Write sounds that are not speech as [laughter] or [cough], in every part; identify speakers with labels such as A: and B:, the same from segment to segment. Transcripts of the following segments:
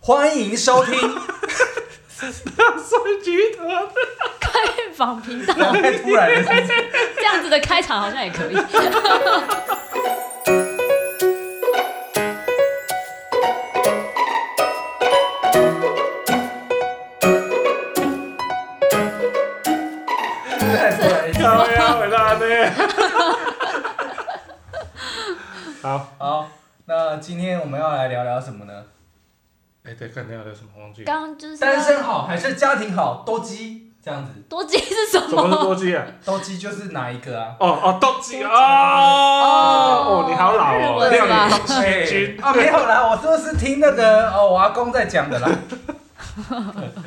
A: 欢迎收听 [laughs]
B: 水集团，
C: [laughs] 快乐访频道
A: 太突然了是不是。
C: 这样子的开场好像也可以。
A: 太突然了。
B: 靠呀，啊伟大呢？好，
A: 好，那今天我们要来聊聊什么呢？
B: [laughs] 哎、对，看你要聊什么忘记了。
C: 刚刚就是
A: 单身好还是家庭好？都鸡这样子，
C: 多吉是什
B: 什么是
C: 么？
B: 多基啊？
A: 都鸡就是哪一个啊？
B: 哦哦，多基啊！哦，你好老
C: 日
B: 哦，
C: 文
B: 亮
C: 吧
B: 你多基君，
A: 啊，没有啦，我都是听那个哦，我阿公在讲的啦。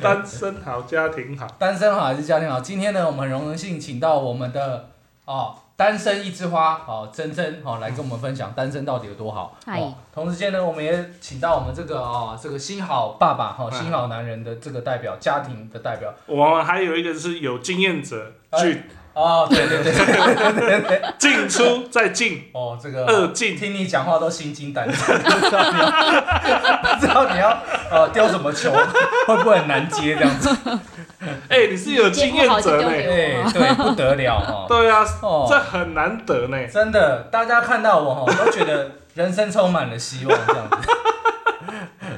B: 单身好，家庭好。
A: 单身好还是家庭好？今天呢，我们很荣幸请到我们的哦，单身一枝花哦，珍珍哦，来跟我们分享单身到底有多好。
C: 嗨
A: 哦，同时间呢，我们也请到我们这个哦，这个新好爸爸哈、哦，新好男人的这个代表，家庭的代表。
B: 我们还有一个是有经验者，进
A: 哦，对对对，
B: [laughs] 进出再进，
A: 哦，这个
B: 二进
A: 听你讲话都心惊胆战， [laughs] 不知道你要不知道你要呃丢什么球， [laughs] 会不会很难接这样子？
B: [laughs] 哎、你是有经验者呢。
C: 啊
A: 哎、对，不得了哦。
B: 对啊，
A: 哦
B: 这很难得呢。
A: 真的，大家看到我哦哈，都觉得人生充满了希望，这样
C: [laughs]
A: 子。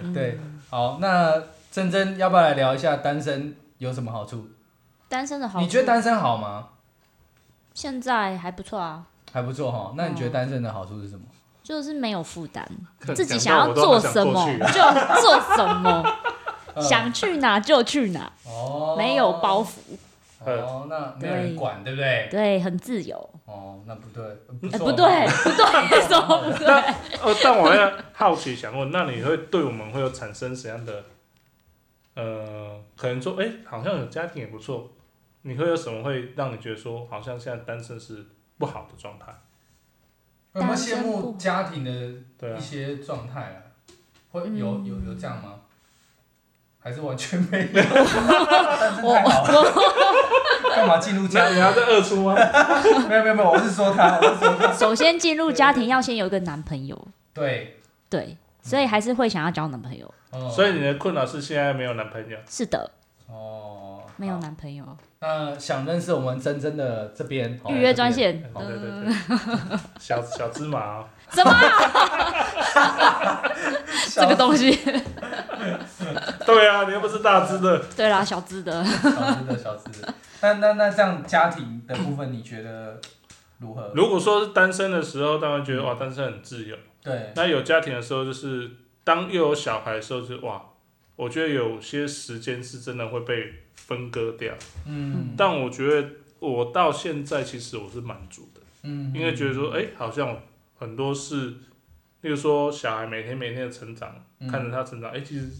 C: 嗯
A: 对，好，那珍珍要不要来聊一下单身有什么好处？
C: 单身的好，
A: 你觉得单身好吗？
C: 现在还不错啊，
A: 还不错哈。那你觉得单身的好处是什么？
C: 就是没有负担，
B: 看
C: 自
B: 讲
C: 己想
B: 到
C: 要
B: 我都好
C: 做
B: 想
C: 什么
B: 过去
C: 就 [laughs] 做什么，
A: 呃
C: 嗯想去哪就去哪，
A: 哦，
C: 没有包袱，
A: 哦，那没有人管，对不对？
C: 对，很自由。
A: 哦，那不对，
C: 哎，
A: 错啊
C: 不对，不
A: [laughs]
C: 对，什么不对？
B: 呃，但我也好奇想问，那你会对我们会有产生怎样的？呃，可能说，哎、好像有家庭也不错，你会有什么会让你觉得说，好像现在单身是不好的状态？
A: 有没有
C: 单身
A: 羡慕
C: 不
A: 家庭的
B: 对啊
A: 一，些状态啊？会
C: 嗯
A: 有有有这样吗？还是完全
C: [laughs]
A: 没有？单身
C: 我
A: 太好了，
C: 我
A: 干嘛进入家
B: 那
A: 庭
B: [laughs] 你？要再二出吗？
A: 没有没有没有，我是说他，我是说他。
C: 首先进入家庭要先有一个男朋友，
A: 对，
C: 对，所以还是会想要交男朋友。
A: 哦
B: [laughs] 所以你的困扰是现在没有男朋友，
C: 是的，
A: 哦，
C: 没有
A: 好。
C: 男朋友，
A: 那想认识我们真真的这边哦
C: 预约专，线。
B: 对哦对对，小小芝麻哦、
C: 怎么啊
A: 这
C: 这个东西？
B: 对啊，你又不是大只的，
C: 对啦，小资的，
A: 小资的小资的。那那那这样家庭的部分，你觉得如何？
B: 如果说是单身的时候，当然觉得哇，单身很自由。
A: 对，
B: 那有家庭的时候，就是当又有小孩的时候就，哇，我觉得有些时间是真的会被分割掉。
A: 嗯
B: 但我觉得我到现在其实我是满足的，
A: 嗯，
B: 因为觉得说，哎、好像很多事，例如说小孩每天每天的成长，
A: 嗯
B: 看着他成长，哎、其实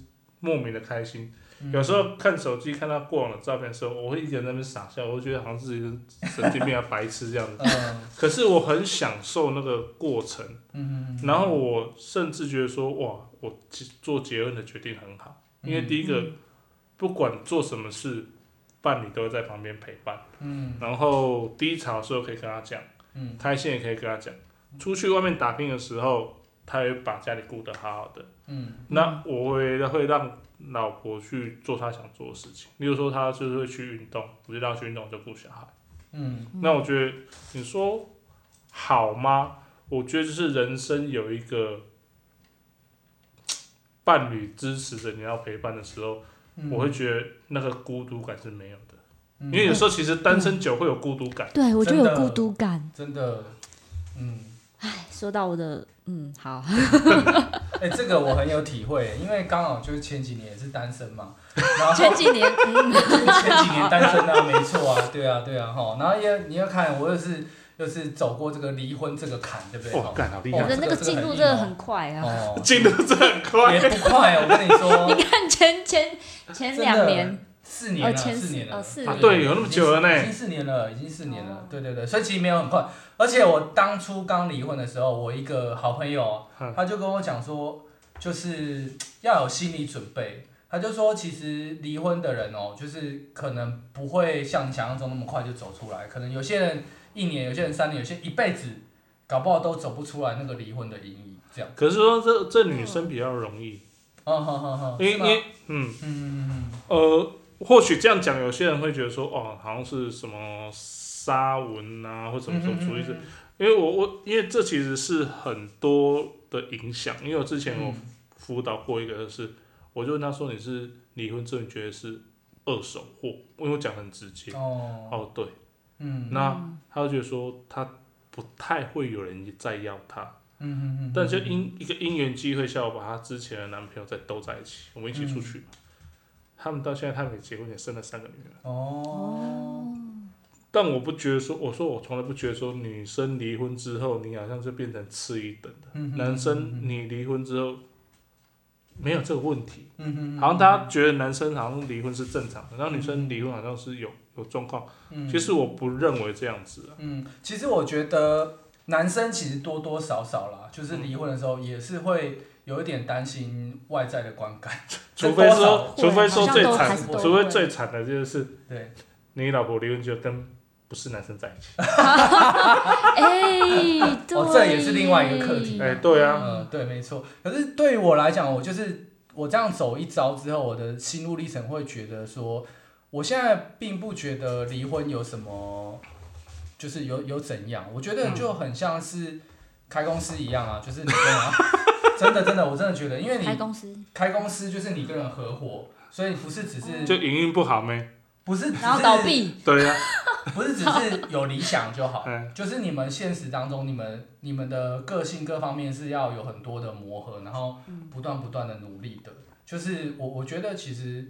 B: 莫名的开心。
A: 嗯
B: 有时候看手机看他过往的照片的时候，我会一个人在那边傻笑，我会觉得好像自己是神经病啊、白痴这样
A: [laughs]
B: 子。
A: 嗯
B: 可是我很享受那个过程。
A: 嗯，
B: 然后我甚至觉得说，哇，我其实做结婚的决定很好，因为第一
A: 嗯
B: 个，不管做什么事，伴侣都会在旁边陪伴。
A: 嗯
B: 然后低潮的时候可以跟他讲，
A: 嗯
B: 开心也可以跟他讲。出去外面打拼的时候，他也把家里顾得好好的。
A: 嗯
B: 那我会会让老婆去做她想做的事情，例如说她就是会去运动，我就让她去运动，就顾小孩。
A: 嗯
B: 那我觉得你说好吗？我觉得就是人生有一个伴侣支持着你要陪伴的时候，
A: 嗯，
B: 我会觉得那个孤独感是没有的。
A: 因
B: 因为有时候其实单
A: 嗯
B: 身久会有孤独感，
C: 对我就
A: 真的
C: 有孤独感。
A: 真的，嗯。
C: 说到我的，嗯，
A: [laughs]
C: 好，
A: 哎、这个我很有体会，因为刚好就是前几年也是单身嘛，然后
C: 前几年，嗯，
A: 前几年单身啊，没错啊，对啊，对啊，哈。然后也你要看，我又是又是走过这个离婚这个坎，对不对？
B: 哇，
A: 齁
B: 干好厉
A: 哦
C: 我
B: 害，
C: 的那个进度真的很快啊。
A: 哦，
B: 进度这很快。
A: 也不快，我跟你说，
C: [laughs] 你看前前前两年，
A: 四年了，
C: 哦前
A: 四年了，
C: 哦四
B: 年啊对有那么久了呢
A: 已经四年了，已经四年了
C: 哦，
A: 对对对，所以其实没有很快。而且我当初刚离婚的时候，我一个好朋友
B: 嗯，
A: 他就跟我讲说，就是要有心理准备。他就说，其实离婚的人哦，就是可能不会像你想象中那么快就走出来，可能有些人一年，有些人三年，有些人一辈子，搞不好都走不出来那个离婚的阴影。这样，
B: 可是说这这女生比较容易，
A: 哦，好好好，
B: 因为
A: 是
B: 因
A: 吗
B: 为嗯
A: 嗯嗯
B: 呃，或许这样讲，有些人会觉得说，哦，好像是什么沙文啊，或什么
A: 嗯
B: 什么
A: 嗯，
B: 主义者，
A: 嗯
B: 因为我我因为这其实是很多的影响，因为我之前我
A: 嗯
B: 辅导过一个是，我就问他说你是离婚证，你觉得是二手货，因为我讲很直接。
A: 哦，
B: 哦，对，
A: 嗯嗯
B: 那他就觉得说他不太会有人再要他，
A: 嗯嗯，
B: 但就因一个因缘机会下，我把她之前的男朋友再兜在一起，我们一起
A: 嗯
B: 出去嘛。他们到现在他们也结婚，也生了三个女儿。
A: 哦，
C: 哦，
B: 但我不觉得说，我说我从来不觉得说，女生离婚之后，你好像就变成次一等的。
A: 嗯
B: 男生你离婚之后没有这个问题，
A: 嗯嗯，
B: 好像大家觉得男生好像离婚是正常的，然后女生离婚好像是有有状况。
A: 嗯
B: 其实我不认为这样子啊。
A: 嗯，其实我觉得男生其实多多少少啦，就是离婚的时候也是会有一点担心外在的观感，
B: 除非
A: 这多少
B: 说，除非
C: 好
B: 说
C: 像
B: 最
C: 都还
B: 惨
C: 是，
A: 都
B: 除非
C: 会
B: 最惨的就是
A: 对，
B: 你老婆离婚就跟不是男生在一起。
C: 哎， [laughs] 对，
A: 哦这也是另外一个课题
B: 哎对啊
A: 嗯，对，没错。可是对于我来讲，我就是我这样走一遭之后，我的心路历程会觉得说，我现在并不觉得离婚有什么，就是有有怎样，我觉得就很像是开公司一样啊，就是你跟啊， [laughs] 真的真的，我真的觉得，因为你
C: 开公司，
A: 开公司就是你跟人合伙，所以不是只是
B: 就营运不好没？
A: 不是只
C: 哦然后
A: 是
C: 倒闭，
B: 对啊呀、，
A: 不是只是有理想就好
B: 嗯
A: 就是你们现实当中，你们你们的个性各方面是要有很多的磨合，然后不断不断的努力的。就是我我觉得其实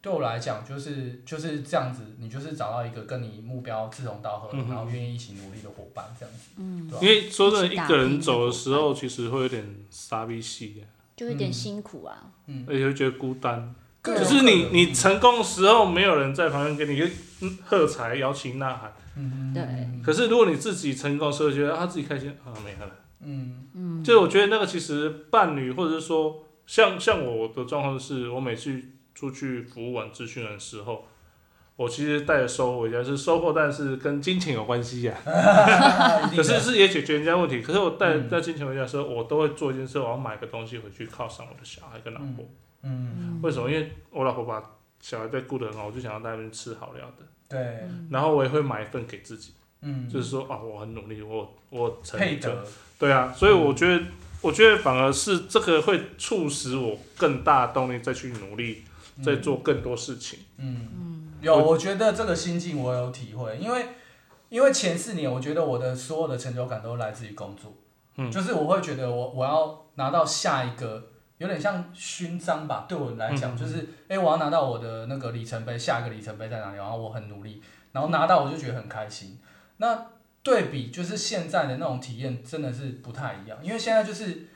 A: 对我来讲，就是就是这样子，你就是找到一个跟你目标志同道合，
B: 嗯哼
A: 然后愿意一起努力的伙伴，这样子。
C: 嗯，
A: 对啊
B: 因为说真的，一个人走的时候，其实会有点傻逼戏、啊，
C: 就有点辛苦啊，
B: 而且会觉得孤单。
A: 各
B: 就
A: 有
B: 是你
A: 各的
B: 你成功的时候，没有人在旁边给你一个嗯喝彩、摇旗呐喊。
A: 嗯嗯嗯
C: 对
A: 嗯
B: 可是如果你自己成功的时候，觉得啊自己开心啊没有了。
A: 嗯
C: 嗯，
B: 就是我觉得那个其实伴侣或者是说像像我的状况是，我每次出去服务完咨询的时候，我其实带着收获，也是收获，但是跟金钱有关系呀、
A: 啊一定的
B: 可是是也解决人家问题。可是我带
A: 嗯
B: 带金钱回家的时候，我都会做一件事，我要买个东西回去犒赏我的小孩跟老婆。
A: 嗯
B: 为什么？因为我老婆把小孩在顾得很好，我就想要带他们吃好料的。
A: 嗯对
C: 嗯
B: 然后我也会买一份给自己，
A: 嗯
B: 就是说啊，我很努力，我我成
A: 配
B: 就。
A: 得
B: 对啊，
A: 嗯
B: 所以我觉得，我觉得反而是这个会促使我更大的动力再去努力，再做更多事情。
A: 嗯，有，我觉得这个心境我有体会，因为因为前四年，我觉得我的所有的成就感都来自于工作，
B: 嗯
A: 就是我会觉得我我要拿到下一个，有点像勋章吧，对我来讲，就是哎、诶我要拿到我的那个里程碑，下一个里程碑在哪里？然后我很努力，然后拿到我就觉得很开心。那对比就是现在的那种体验真的是不太一样，因为现在就是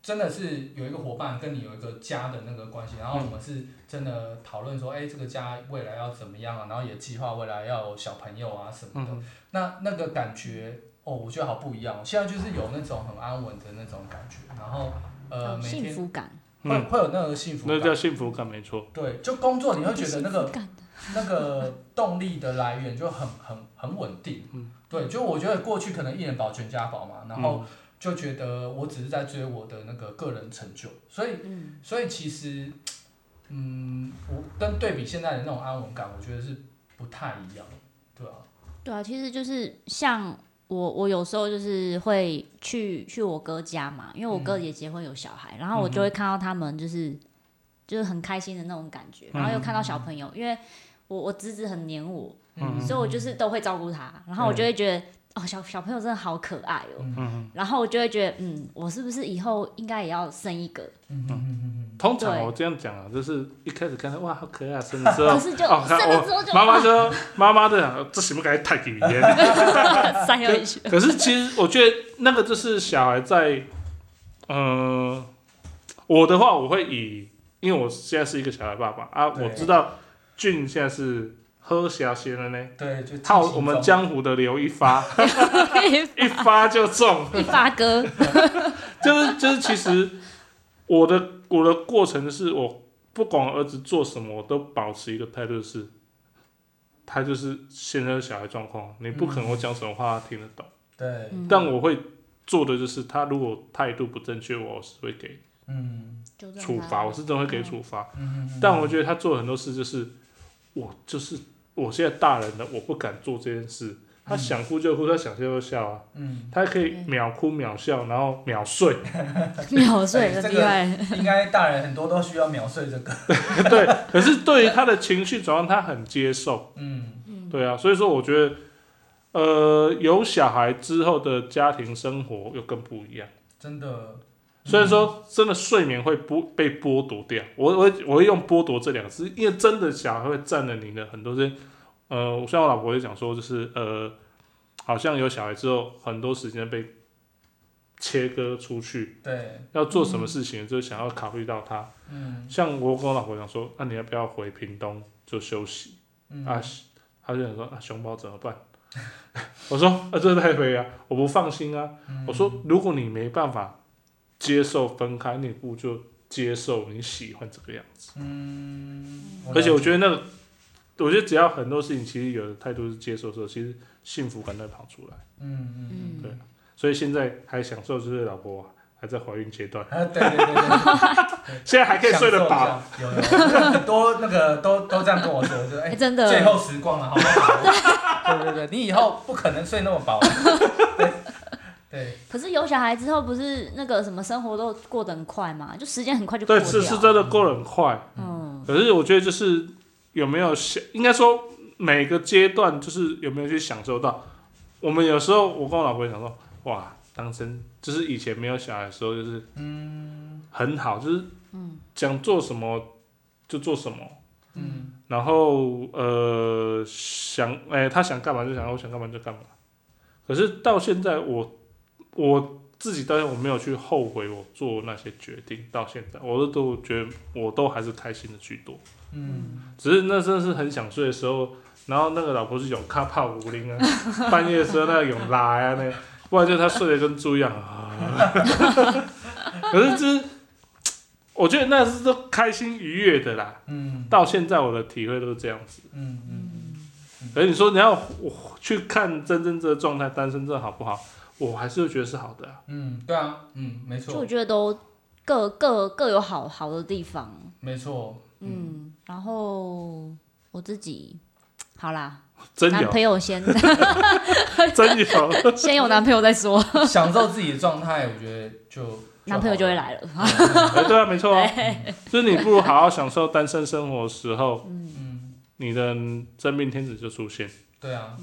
A: 真的是有一个伙伴跟你有一个家的那个关系，然后我们是真的讨论说，哎、这个家未来要怎么样啊？然后也计划未来要有小朋友啊什么的。那那个感觉，哦，我觉得好不一样哦。现在就是有那种很安稳的那种感觉，然后呃，
C: 有
A: 每
C: 幸
A: 天
C: 福哦感，
A: 会、
B: 嗯，
A: 会有那个幸福
B: 那
A: 感。
B: 叫幸福感，没错。
A: 对，就工作你会
B: [laughs]
A: 觉得那
C: 有
A: 个
C: 幸福感
A: 那个动力的来源就很很很稳定。
B: 嗯
A: 对，就我觉得过去可能一人保全家保嘛，然后就觉得我只是在追我的那个个人成就，所以
C: 嗯，
A: 所以其实，嗯，我跟对比现在的那种安稳感，我觉得是不太一样，对啊，
C: 对啊，其实就是像。我我有时候就是会去去我哥家嘛，因为我
B: 嗯
C: 哥也结婚有小孩，然后我就会看到他们就是、就是很开心的那种感觉，然后又看到小朋友，因为我我侄子很黏我，
B: 嗯
C: 所以我就是都会照顾他，然后我就会觉得、哦，小小朋友真的好可爱哦，
B: 嗯，
C: 然后我就会觉得嗯，我是不是以后应该也要生一个？
A: 嗯嗯嗯
B: 通常
C: 对
B: 我这样讲啊，就是一开始看到哇，好可爱啊，生了
C: [laughs]
B: 之
C: 可
B: 后，
C: 是就
B: 哦
C: 生
B: 看
C: 了之后就
B: 妈妈说，妈妈这样，这什么该太给你耶
C: 塞回去，
B: [laughs] 可是其实我觉得那个就是小孩在，嗯、我的话我会以，因为我现在是一个小孩爸爸啊，
A: 对
B: 我知道俊现在是喝小些了呢，
A: 嗯，对，就
B: 靠
A: 进行
B: 我们
A: 中
B: 江湖的刘一发，一发就中，
C: [laughs] 一发哥，
B: [laughs] 就是就是其实我的我的过程是我不管我儿子做什么，我都保持一个态度是。他就是现在的小孩状况，你不可能我讲什么话他听得懂。
A: 对，
C: 嗯
B: 但我会做的就是，他如果态度不正确，我是会给
A: 嗯
C: 纠正
B: 处
C: 他
B: 罚，我
C: [laughs]
B: 是真的会给处罚。
A: 嗯嗯，
B: 但我觉得他做了很多事，就是我就是我现在大人了，我不敢做这件事。他想哭就哭，他想笑就笑啊，
A: 嗯，
B: 他可以
C: 嗯
B: 秒哭秒笑，然后秒睡。
C: 秒睡，
A: 哎
C: 很
A: 这
C: 厉
A: 个
B: [laughs]
C: 害。
A: 应该大人很多都需要秒睡这个，
B: 对，可是对于他的情绪转换，他很接受。
A: 嗯
C: 嗯，
B: 对啊，所以说我觉得，呃，有小孩之后的家庭生活又更不一样。
A: 真的，
B: 虽然说真的睡眠会不被剥夺掉，我我我会用剥夺这两个字，因为真的小孩会占了你的很多时间。呃，像我老婆就讲说，就是呃，好像有小孩之后，很多时间被切割出去，
A: 对，
B: 要做什么事情就想要考虑到他。
A: 嗯
B: 像我跟我老婆讲说，那、啊你要不要回屏东就休息、
A: 嗯
B: 啊？她就想说啊，熊猫怎么办？ [laughs] 我说啊，这太肥啊，我不放心啊。我说，如果你没办法接受分开，你不如就接受你喜欢这个样子。
A: 嗯，
B: 而且我
A: 得
B: 觉得那个，我觉得只要很多事情其实有的态度是接受的时候，其实幸福感都会跑出来。
A: 嗯嗯
C: 嗯
B: 对所以现在还享受就是老婆、啊、还在怀孕阶段，
A: 啊，对对对对，
B: 现在还可以睡得饱。
A: 饱，有有，多那个都都这样跟我说，就哎
C: 哎，， [laughs] 真
A: 最
C: 的，
A: 后时光了，好不
C: [laughs]
A: 好？对对对，你以后不可能睡那么饱。啊对对，
C: 可是有小孩之后，不是那个什么生活都过得很快嘛，就时间很快就过
B: 对，
C: 掉。
B: 是是真的过得很快。
C: 嗯，
B: 可是我觉得就是有没有享，应该说每个阶段就是有没有去享受到。我们有时候我跟我老婆也想说，哇，当真就是以前没有小孩的时候，就是
A: 嗯
B: 很好，就是
C: 嗯
B: 想做什么就做什么，
A: 嗯
B: 然后呃想，哎、他想干嘛就想，我想干嘛就干嘛。可是到现在我我自己到现在我没有去后悔我做那些决定，到现在我都都觉得我都还是开心的居多。
A: 嗯，
B: 只是那真的是很想睡的时候，然后那个老婆是有卡怕五零啊， [laughs] 半夜的时候那个有拉呀、啊、那，不然就是她睡得跟猪一样啊。 [laughs] 可是就是，我觉得那是都开心愉悦的啦。
A: 嗯
B: 到现在我的体会都是这样子。
A: 嗯嗯
B: 可是你说你要我去看真真这个状态，单身这好不好？我还是会觉得是好的啊、
A: 嗯，对啊，嗯，没
C: 就我
A: 错
C: 觉得都各各各有好好的地方。
A: 没错，
C: 嗯，然后我自己好啦，
B: 真
C: 男
B: 有
C: 朋友
B: [laughs]
C: 先
B: 真有，
C: [laughs] 先有男朋友
A: [laughs]
C: 再说，
A: 享受自己的状态，我觉得就
C: 男朋友就会。来
A: 好
C: 了。
A: 了嗯
B: 哎对啊，没错啊。就是你不如好好享受单身生活的时候，
A: 嗯，
B: 你的真命天子就出现。
A: 对啊，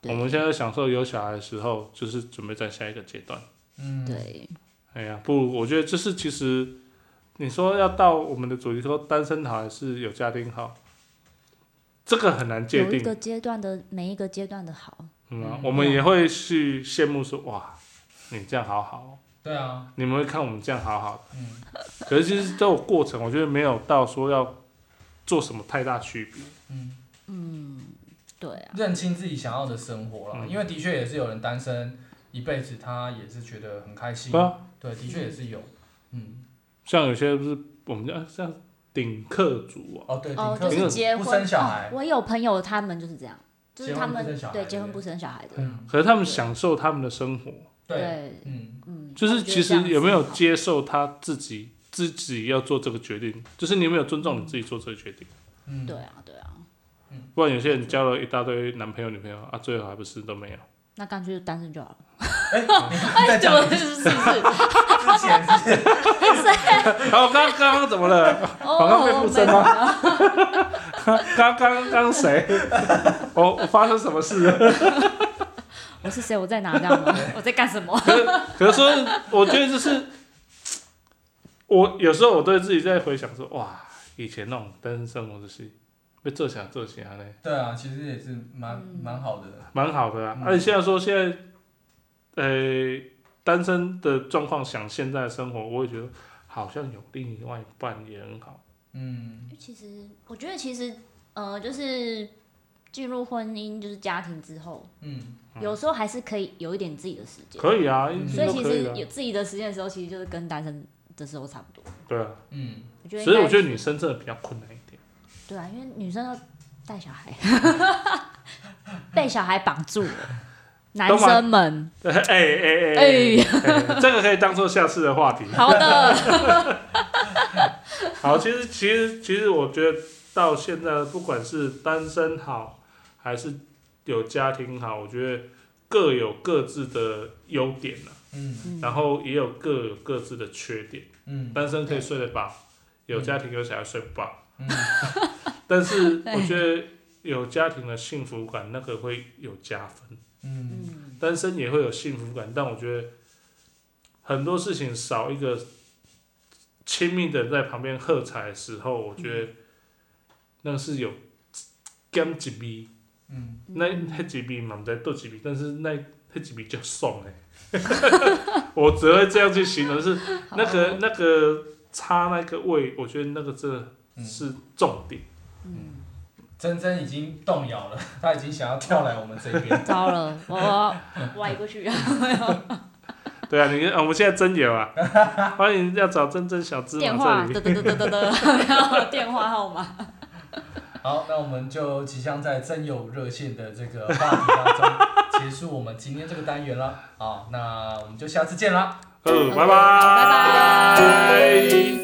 C: 对
B: 我们现在享受有小孩的时候，就是准备在下一个阶段。
A: 嗯，，
C: 对，
B: 哎呀，不如我觉得就是其实你说要到我们的主题说单身好还是有家庭好，这个很难界
C: 有一
B: 定。
C: 个阶段的每一个阶段的好，
B: 嗯啊
A: 嗯
B: 我们也会去羡慕说哇，你这样好好哦，
A: 对啊，
B: 你们会看我们这样好好。
A: 嗯
B: 可是其实这种过程，我觉得没有到说要做什么太大区别。
A: 嗯，
C: 对啊，
A: 认清自己想要的生活啦，
B: 嗯
A: 因为的确也是有人单身一辈子，他也是觉得很开心
B: 对，啊，
A: 对，的确也是有，嗯，
B: 像有些不是我们叫啊像顶客族啊，
A: 哦对，
C: 哦，
A: 顶
C: 就
A: 客
C: 是结婚
A: 不生小孩
C: 哦，我有朋友他们就是这样，就是他们
A: 结婚不生小孩
C: 对结婚不生小孩的，
A: 嗯，
B: 可是他们享受他们的生活。
A: 对，
C: 对，
A: 嗯
C: 嗯，
B: 就是
C: 我觉得
B: 其
C: 这
B: 实
C: 样
B: 有没有
C: 子好
B: 接受他自己自己要做这个决定，就是你有没有尊重你自己做这个决定？
A: 嗯，
C: 对啊，对啊，
B: 不然有些人交了一大堆男朋友、女朋友啊，最后还不是都没有。
C: 那干脆就单身就好 [laughs] 了。
A: 哎，你在
C: 怎
A: 讲
C: 么是 [laughs] 不是？
A: 之前是不是
B: 好，刚刚刚怎么了？ [laughs]
C: 哦
B: 好像被附身吗
C: 没有啊
B: 刚刚刚谁？ [laughs] 我我发生什么事了？
C: 我是谁？我在哪？这样吗？我在干什么？
B: 可是可是说，我觉得就是我有时候我对自己在回想说，哇，以前那种单身生活就是被这想这想嘞，
A: 对啊，其实也是蛮
C: 嗯
A: 蛮好的，
B: 蛮好的啊。
A: 嗯
B: 而且现在说现在，呃，单身的状况，想现在的生活，我也觉得好像有另外一半也很好。
A: 嗯
C: 其实我觉得，其实呃，就是进入婚姻，就是家庭之后，
A: 嗯，
B: 嗯
C: 有时候还是可以有一点自己的时间。
B: 可以啊，
A: 嗯
B: 一直
C: 所以
B: 都
C: 其
B: 可以
C: 实
B: 的啊。
C: 有自己的时间的时候，其实就是跟单身的时候差不多。
B: 对啊，
A: 嗯，
C: 我觉得应该，
B: 所以我觉得女生真的比较困难一点。 [laughs]
C: 对啊，因 [laughs] 为女生要带小孩，被小孩绑住了。男生们，
B: 哎哎哎
C: 哎，
B: 哎，这个可以当做下次的话
C: [laughs]
B: 题。
C: 好的，
B: 好，其实其实其实，我觉得到现在，不管是单身好，还是有家庭好，我觉得各有各自的优点呐、
A: 嗯
C: 嗯
B: 然后也有各有各自的缺点。
A: 嗯
B: 单身可以睡得饱，有家庭有小孩睡不饱，
A: 嗯，
B: [laughs] 但是我觉得有家庭的幸福感，那个会有加分。
A: 嗯
C: 嗯
B: 单身也会有幸福感，但我觉得很多事情少一个亲密的人在旁边喝彩的时候，我觉得那是有减几笔，
A: 嗯，
B: 那那几笔嘛，在多几笔，但是那那几笔叫爽哎、欸， [laughs] 我只会这样去形容，是那个那个差那个位，我觉得那个真的
A: 嗯
B: 是重点。
C: 嗯，
A: 珍珍已经动摇了，她已经想要跳来我们这边。
C: 糟了，我要歪过去，
B: 对啊，你看、啊我们现在真有啊，欢迎要找真真小芝
C: 电
B: 麻
C: 话，
B: 这里
C: 得。得得得得得，然后电话号码，
A: [laughs] 好，那我们就即将在真有热线的这个话题当中结束我们今天这个单元了。好，那我们就下次见啦。
B: 嗯，拜拜，
C: 拜拜
B: 拜。